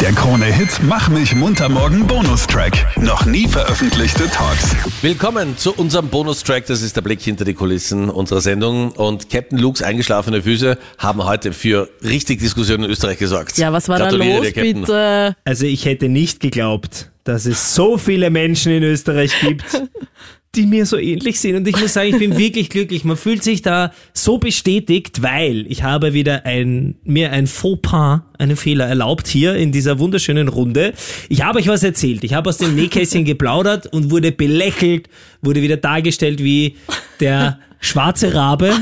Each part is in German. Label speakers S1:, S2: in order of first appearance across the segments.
S1: Der Krone-Hit Mach mich munter morgen Bonustrack. Noch nie veröffentlichte Talks.
S2: Willkommen zu unserem Bonustrack. Das ist der Blick hinter die Kulissen unserer Sendung. Und Captain Lukes eingeschlafene Füße haben heute für richtig Diskussion in Österreich gesorgt.
S3: Ja, was war da
S2: Gratuliere
S3: los, äh,
S2: dir, Captain.
S3: bitte?
S4: Also ich hätte nicht geglaubt, dass es so viele Menschen in Österreich gibt, die mir so ähnlich sind. Und ich muss sagen, ich bin wirklich glücklich. Man fühlt sich da so bestätigt, weil ich habe wieder ein, mir ein Fauxpas, einen Fehler erlaubt hier in dieser wunderschönen Runde. Ich habe euch was erzählt. Ich habe aus dem Nähkästchen geplaudert und wurde belächelt, wurde wieder dargestellt wie der schwarze Rabe,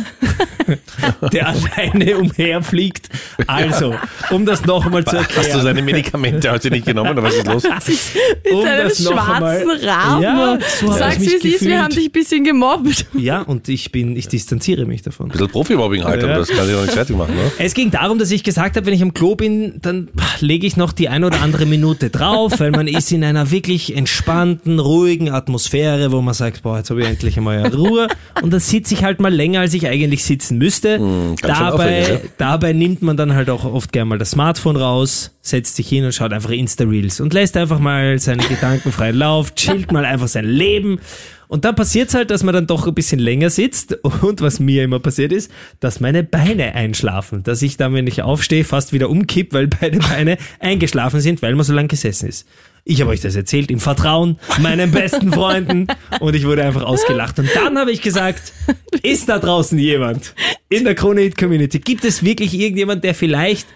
S4: der alleine umherfliegt. Also, um das nochmal zu erklären.
S2: Hast du seine Medikamente heute nicht genommen oder was ist los?
S3: Mit
S4: Um
S3: deinem
S4: das noch
S3: schwarzen
S4: einmal-
S3: Raben.
S4: Ja, so habe ich
S3: Sagst,
S4: mich
S3: wie es ist, wir
S4: gefühlt.
S3: haben dich ein bisschen gemobbt.
S4: Ja, und ich bin, ich distanziere mich davon.
S2: Ein bisschen Profi-Mobbing halt, aber
S4: Ja.
S2: das kann ich noch nicht fertig machen, oder?
S4: Es ging darum, dass ich gesagt habe, wenn ich am Klo bin, dann pah, lege ich noch die ein oder andere Minute drauf, weil man ist in einer wirklich entspannten, ruhigen Atmosphäre, wo man sagt, boah, jetzt habe ich endlich einmal Ruhe. Und dann sitze ich halt mal länger, als ich eigentlich sitzen müsste.
S2: kann schon
S4: dabei,
S2: aufregend, ja.
S4: dabei nimmt man dann halt auch oft gerne mal das Smartphone raus, setzt sich hin und schaut einfach Insta-Reels und lässt einfach mal seine Gedanken freien Lauf, chillt mal einfach sein Leben. Und dann passiert es halt, dass man dann doch ein bisschen länger sitzt und was mir immer passiert ist, dass meine Beine einschlafen, dass ich dann, wenn ich aufstehe, fast wieder umkipp, weil beide Beine eingeschlafen sind, weil man so lange gesessen ist. Ich habe euch das erzählt im Vertrauen meinen besten Freunden und ich wurde einfach ausgelacht. Und dann habe ich gesagt, ist da draußen jemand in der Krone Hit Community? Gibt es wirklich irgendjemand, der vielleicht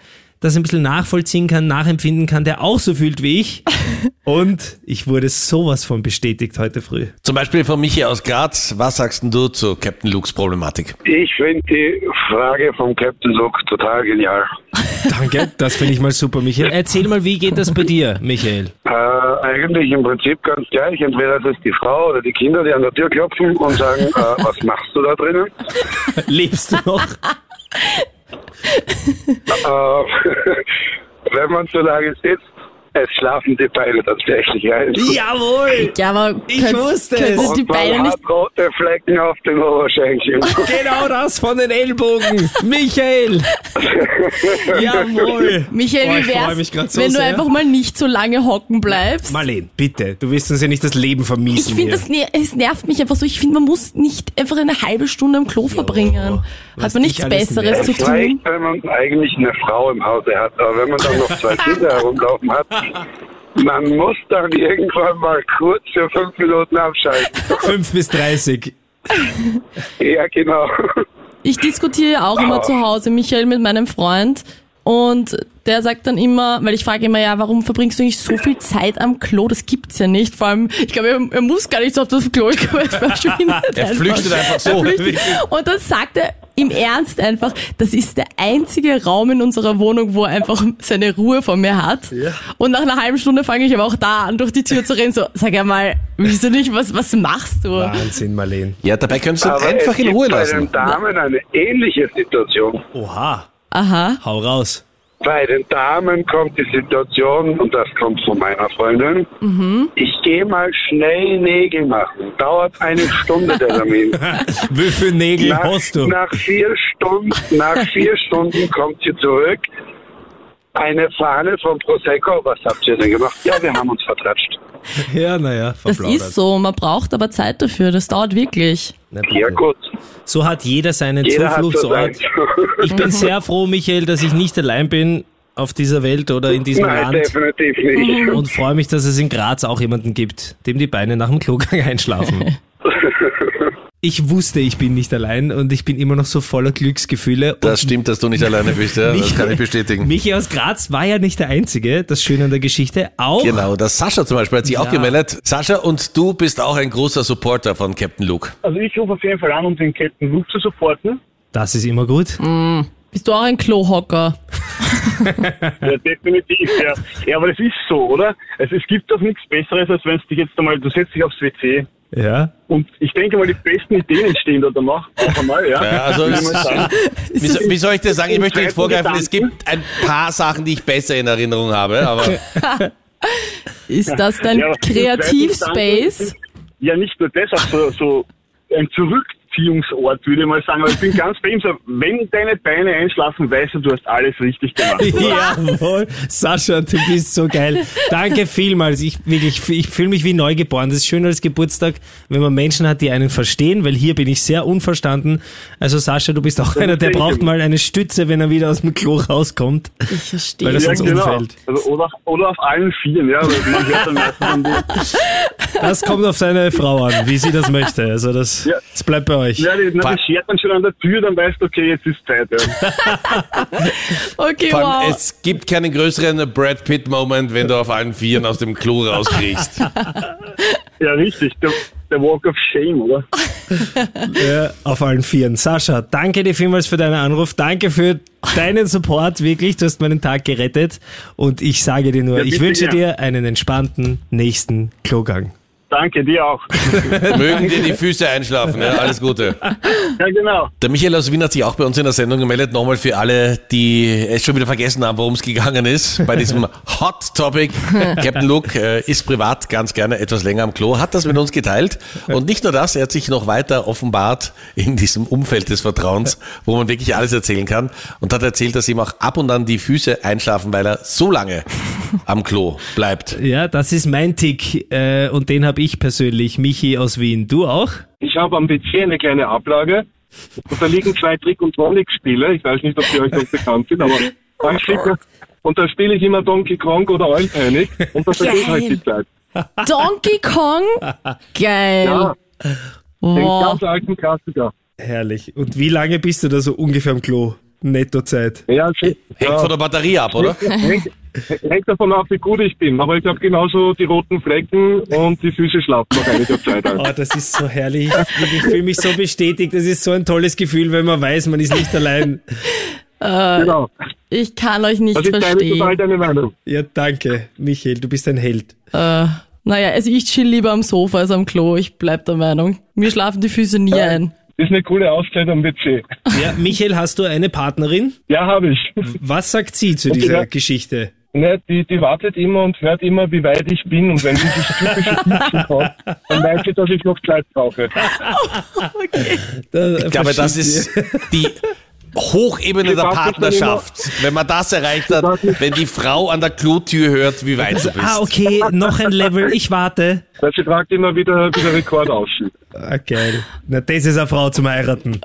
S4: das ein bisschen nachvollziehen kann, nachempfinden kann, der auch so fühlt wie ich? Und ich wurde sowas von bestätigt heute früh.
S2: Zum Beispiel von Michi aus Graz. Was sagst denn du zu Captain Lukes Problematik?
S5: Ich finde die Frage vom Captain Luke total genial.
S4: Danke, das finde ich mal super, Michael. Erzähl mal, wie geht das bei dir, Michael?
S5: Äh, eigentlich im Prinzip ganz gleich. Entweder es ist die Frau oder die Kinder, die an der Tür klopfen und sagen, äh, was machst du da drinnen?
S4: Lebst du noch?
S5: Äh, wenn man zu lange sitzt, es schlafen die Beine tatsächlich ein.
S4: Jawohl!
S3: Ja, aber
S4: Ich
S3: könnt-
S4: wusste
S3: könntest
S4: es.
S3: du die
S5: Und
S3: Beine
S5: man
S3: nicht.
S5: hat rote Flecken auf den Oberschenkeln.
S4: Genau das von den Ellbogen. Michael! Jawohl!
S3: Michael,
S4: Boah, ich
S3: wie
S4: freu
S3: wär's,
S4: mich grad so
S3: wenn du
S4: sehr.
S3: einfach mal nicht so lange hocken bleibst?
S4: Marleen, bitte, du willst uns ja nicht das Leben vermiesen.
S3: Ich finde,
S4: hier.
S3: das ner es nervt mich einfach so. Ich finde, man muss nicht einfach eine halbe Stunde am Klo verbringen. Hat
S4: was
S3: man
S4: dich
S3: nichts
S4: alles
S3: Besseres zu
S5: Es
S3: tun?
S5: reicht, wenn man eigentlich eine Frau im Hause hat. Aber wenn man dann noch zwei Kinder herumlaufen hat, man muss dann irgendwann mal kurz für fünf Minuten abschalten.
S4: 5 bis 30.
S5: Ja, genau.
S3: Ich diskutiere ja auch immer zu Hause, Michael, mit meinem Freund. Und der sagt dann immer, weil ich frage immer, ja, warum verbringst du nicht so viel Zeit am Klo? Das gibt's ja nicht. Vor allem, ich glaube, er, er muss gar nicht so auf das Klo, ich glaube, er verschwindet
S2: Er flüchtet einfach so.
S3: Er flüchtet. Und dann sagt er im Ernst einfach, das ist der einzige Raum in unserer Wohnung, wo er einfach seine Ruhe von mir hat. Und nach einer halben Stunde fange ich aber auch da an, durch die Tür zu reden, so, sag einmal, wieso nicht, was, was machst du?
S4: Wahnsinn, Marleen.
S2: Ja, dabei könntest du ihn
S5: Aber
S2: einfach
S5: es
S2: in
S5: gibt
S2: Ruhe
S5: Bei
S2: lassen.
S5: den Damen eine ähnliche Situation.
S4: Oha,
S3: Aha.
S4: hau raus.
S5: Bei den Damen kommt die Situation, und das kommt von meiner Freundin,
S2: Mhm.
S5: ich gehe mal schnell Nägel machen. Dauert eine Stunde der Termin.
S4: Wie viele Nägel
S5: Nach,
S4: hast du?
S5: nach vier Stunden, nach vier Stunden kommt sie zurück. Eine Fahne von Prosecco. Was habt ihr denn gemacht? Ja, wir haben uns vertratscht.
S4: Ja, naja,
S3: Das ist so, man braucht aber Zeit dafür, das dauert wirklich.
S5: Ja, gut.
S4: So hat jeder seinen
S5: Jeder hat so sein.
S4: Zufluchtsort. Ich bin sehr froh, Michael, dass ich nicht allein bin auf dieser Welt oder in diesem
S5: Nein,
S4: Land.
S5: definitiv
S2: Mhm.
S5: nicht.
S4: Und freue mich, dass es in Graz auch jemanden gibt, dem die Beine nach dem Klogang einschlafen. Ich wusste, ich bin nicht allein und ich bin immer noch so voller Glücksgefühle. Und
S2: Das stimmt, dass du nicht alleine bist, ja. Das
S4: Michi-
S2: kann ich bestätigen.
S4: Michi aus Graz war ja nicht der Einzige, das Schöne an der Geschichte. Auch
S2: Genau, das Sascha zum Beispiel hat sich auch
S4: Ja.
S2: gemeldet. Sascha, und du bist auch ein großer Supporter von Captain Luke.
S6: Also ich rufe auf jeden Fall an, um den Captain Luke zu supporten.
S4: Das ist immer gut.
S6: Mhm.
S3: Bist du auch ein Klohocker?
S6: Ja, definitiv, ja. Ja, aber es ist so, oder? Also es gibt doch nichts Besseres, als wenn du dich jetzt einmal, du setzt dich aufs WC.
S4: Ja.
S6: Und ich denke mal, die besten Ideen entstehen da danach. Auch einmal, ja.
S2: Ja, also
S6: Würde ich
S2: es-
S6: mal sagen.
S2: Wie, so, wie soll ich das sagen? Ich möchte nicht
S6: Zweiten
S2: vorgreifen. Es
S6: Gedanken.
S2: gibt ein paar Sachen, die ich besser in Erinnerung habe, aber
S3: Ist das dein
S6: Ja, aber die zweite Gedanke
S3: Kreativspace?
S6: ist- Ja, nicht nur das, auch so, so ein Zurück Erziehungsort, würde ich mal sagen. Aber ich bin ganz bei ihm so, wenn deine Beine einschlafen, weißt du, du hast alles richtig gemacht.
S4: Jawohl, Sascha, du bist so geil. Danke vielmals. Ich, wirklich, ich fühle mich wie neugeboren. Das ist schön als Geburtstag, wenn man Menschen hat, die einen verstehen, weil hier bin ich sehr unverstanden. Also Sascha, du bist auch einer, der
S6: denke
S4: braucht
S6: ich.
S4: mal eine Stütze, wenn er wieder aus dem Klo rauskommt.
S3: Ich
S4: Weil
S3: verstehe.
S4: das- sonst umfällt.
S6: Also, oder, oder auf allen Vieren, ja. weil Man hört dann meistens am Boden.
S4: Das kommt auf seine Frau an, wie sie das möchte. Also das,
S6: Ja.
S4: das bleibt bei euch.
S6: ja, die, na, die schert dann schon an der Tür, dann weißt du, okay, jetzt ist Zeit. Ja.
S3: Okay,
S2: Vor allem,
S3: wow.
S2: es gibt keinen größeren Brad Pitt-Moment, wenn du auf allen Vieren aus dem Klo rauskriegst.
S6: ja, richtig. Der, der Walk of Shame, oder?
S4: Ja, auf allen Vieren. Sascha, danke dir vielmals für deinen Anruf. Danke für deinen Support. Wirklich, du hast meinen Tag gerettet. Und ich sage dir nur,
S6: Ja,
S4: ich
S6: bitte
S4: wünsche
S6: gern.
S4: dir einen entspannten nächsten Klogang.
S6: Danke, dir eh auch.
S2: Mögen dir die Füße einschlafen. Ja, alles Gute.
S6: Ja, genau.
S2: Der Michael aus Wien hat sich auch bei uns in der Sendung gemeldet. Nochmal für alle, die es schon wieder vergessen haben, worum es gegangen ist. Bei diesem Hot Topic. Captain Luke äh, ist privat ganz gerne etwas länger am Klo, hat das mit uns geteilt. Und nicht nur das, er hat sich noch weiter offenbart in diesem Umfeld des Vertrauens, wo man wirklich alles erzählen kann. Und hat erzählt, dass ihm auch ab und an die Füße einschlafen, weil er so lange am Klo bleibt.
S4: Ja, das ist mein Tick. Äh, und den habe ich persönlich. Michi aus Wien. Du auch?
S7: Ich habe am PC eine kleine Ablage und da liegen zwei Trick- und Tronic-Spiele. Ich weiß nicht, ob die euch noch bekannt sind, aber dann schicken. Und da spiele ich immer Donkey Kong oder Oil Panic und da vergeht halt die Zeit.
S3: Donkey Kong? Geil. Oh.
S7: Ja, den
S3: wow.
S7: ganz alten Klassiker.
S4: Herrlich. Und wie lange bist du da so ungefähr am Klo? Nettozeit.
S7: Ja, shit.
S2: Hängt von der Batterie ab, oder?
S7: hängt, hängt davon ab, wie gut ich bin. Aber ich habe genauso die roten Flecken und die Füße schlafen noch einige Zeit
S4: Oh,
S7: lang.
S4: das ist so herrlich. Ich, ich fühle mich so bestätigt. Das ist so ein tolles Gefühl, wenn man weiß, man ist nicht allein.
S7: Genau.
S3: Ich kann euch nicht
S7: Das ist deine, total
S3: verstehen.
S7: deine Meinung.
S4: Ja, danke, Michael. Du bist ein Held.
S3: Naja, also ich chill lieber am Sofa als am Klo. Ich bleib der Meinung. Mir schlafen die Füße nie ein.
S7: Das ist eine coole Auszeit am PC.
S4: Ja, Michael, hast du eine Partnerin?
S7: Ja, habe ich.
S4: Was sagt sie zu dieser Geschichte?
S7: Ne, die, die wartet immer und hört immer, wie weit ich bin. Und wenn sie dieses typische Piepen kommt, dann weiß sie, dass ich noch Zeit brauche.
S4: Da
S2: Ich glaube, das
S4: verschiebt
S2: ist die Hochebene der
S7: Gesagt, dass man
S2: Partnerschaft. Wenn man das erreicht hat, wenn die Frau an der Klotür hört, wie weit du
S4: ihr. Ah,
S2: bist.
S4: okay, noch ein Level, ich warte.
S7: Weil sie fragt immer, wie der, wie der Rekord aussieht.
S4: Ah, geil. Na, das ist eine Frau zum Heiraten.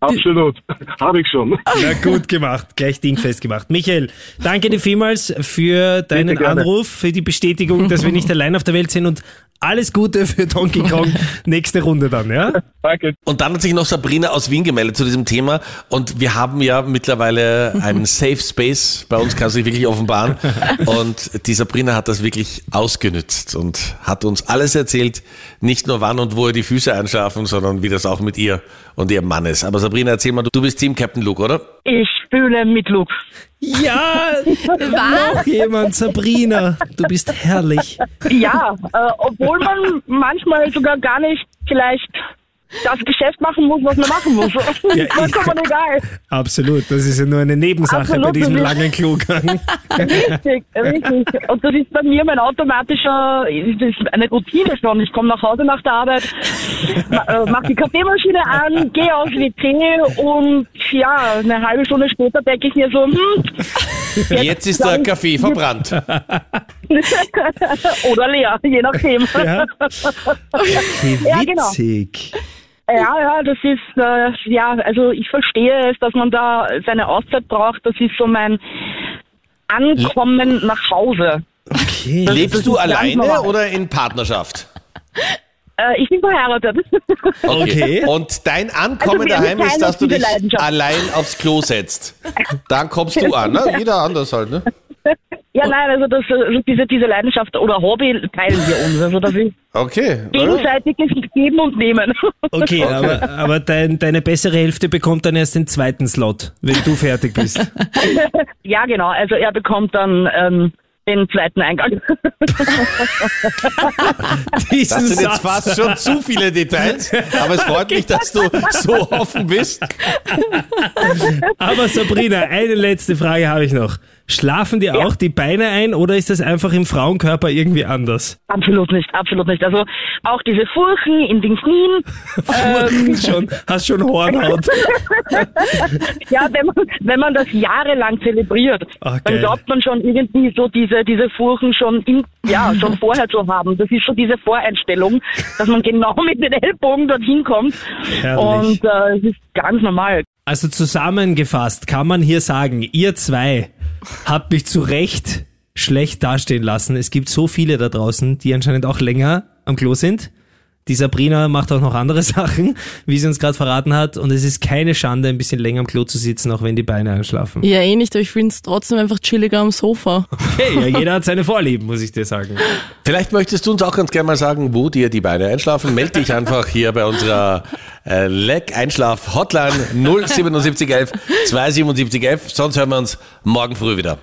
S7: Absolut. Habe ich schon.
S4: Na, gut gemacht. Gleich dingfest gemacht. Michael, danke dir vielmals für deinen
S7: gerne.
S4: Anruf, für die Bestätigung, dass wir nicht allein auf der Welt sind und alles Gute für Donkey Kong. Nächste Runde dann, ja?
S7: Danke.
S2: Und dann hat sich noch Sabrina aus Wien gemeldet zu diesem Thema. Und wir haben ja mittlerweile einen Safe Space. Bei uns kann sich wirklich offenbaren. Und die Sabrina hat das wirklich ausgenützt und hat uns alles erzählt. Nicht nur wann und wo ihr die Füße einschlafen, sondern wie das auch mit ihr und ihrem Mann ist. Aber Sabrina, erzähl mal, du- du bist Team Captain Luke, oder?
S8: Ich spüle mit Luke.
S4: Ja, noch jemand. Sabrina, du bist herrlich.
S8: Ja, äh, obwohl man manchmal sogar gar nicht vielleicht das Geschäft machen muss, was man machen muss.
S4: Ja,
S8: das ist aber egal.
S4: Absolut, das ist ja nur eine Nebensache
S8: Absolut,
S4: bei diesem
S8: du bist-
S4: langen Klogang.
S8: Richtig, richtig. Und das ist bei mir mein automatischer, das ist eine Routine schon. Ich komme nach Hause nach der Arbeit, ma- äh, mach die Kaffeemaschine an, gehe aufs WC und ja, eine halbe Stunde später denke ich mir so, hm,
S2: Jetzt ist der Kaffee verbrannt.
S8: oder leer, je nachdem.
S4: Ja. Wie
S8: Ja, genau.
S4: witzig.
S8: Ja, ja, das ist, äh, ja, also ich verstehe es, dass man da seine Auszeit braucht. Das ist so mein Ankommen nach Hause.
S4: Okay.
S2: Lebst du
S8: ist ganz
S2: alleine
S8: normal.
S2: oder in Partnerschaft?
S8: Äh, ich bin verheiratet.
S4: Okay.
S2: Und dein Ankommen
S8: Also wir haben
S2: daheim ist,
S8: keine
S2: dass du dich
S8: aktive Leidenschaft.
S2: allein aufs Klo setzt. Dann kommst du an, ne? Jeder anders halt, ne?
S8: ja, nein, also das, äh, diese, diese Leidenschaft oder Hobby teilen wir uns. Also das ist
S2: Okay. oder?
S8: gegenseitiges Geben und Nehmen.
S4: Okay, aber, aber dein, deine bessere Hälfte bekommt dann erst den zweiten Slot, wenn du fertig bist.
S8: ja, genau. Also er bekommt dann ähm, den zweiten Eingang.
S4: Diesen
S2: Das sind jetzt
S4: Satz.
S2: fast schon zu viele Details, aber es freut mich, dass du so offen bist.
S4: Aber Sabrina, eine letzte Frage habe ich noch. Schlafen dir auch die Beine ein oder ist das einfach im Frauenkörper irgendwie anders?
S8: Absolut nicht, absolut nicht. Also auch diese Furchen in den Knien. Ähm,
S4: Furchen schon, hast schon Hornhaut.
S8: Ja, wenn man, wenn man das jahrelang zelebriert,
S4: Ah, geil.
S8: dann glaubt man schon irgendwie so diese, diese Furchen schon, in, ja, schon vorher zu haben. Das ist schon diese Voreinstellung, dass man genau mit den Ellbogen dorthin kommt.
S4: Herrlich.
S8: Und äh, es ist ganz normal.
S4: Also zusammengefasst kann man hier sagen, ihr zwei habt mich zu Recht schlecht dastehen lassen. Es gibt so viele da draußen, die anscheinend auch länger am Klo sind. Die Sabrina macht auch noch andere Sachen, wie sie uns gerade verraten hat. Und es ist keine Schande, ein bisschen länger am Klo zu sitzen, auch wenn die Beine einschlafen.
S3: Ja, eh nicht, aber ich find's trotzdem einfach chilliger am Sofa.
S4: Hey, ja, jeder hat seine Vorlieben, muss ich dir sagen.
S2: Vielleicht möchtest du uns auch ganz gerne mal sagen, wo dir die Beine einschlafen. Meld dich einfach hier bei unserer äh, Leck-Einschlaf-Hotline 07711 27711. Sonst hören wir uns morgen früh wieder.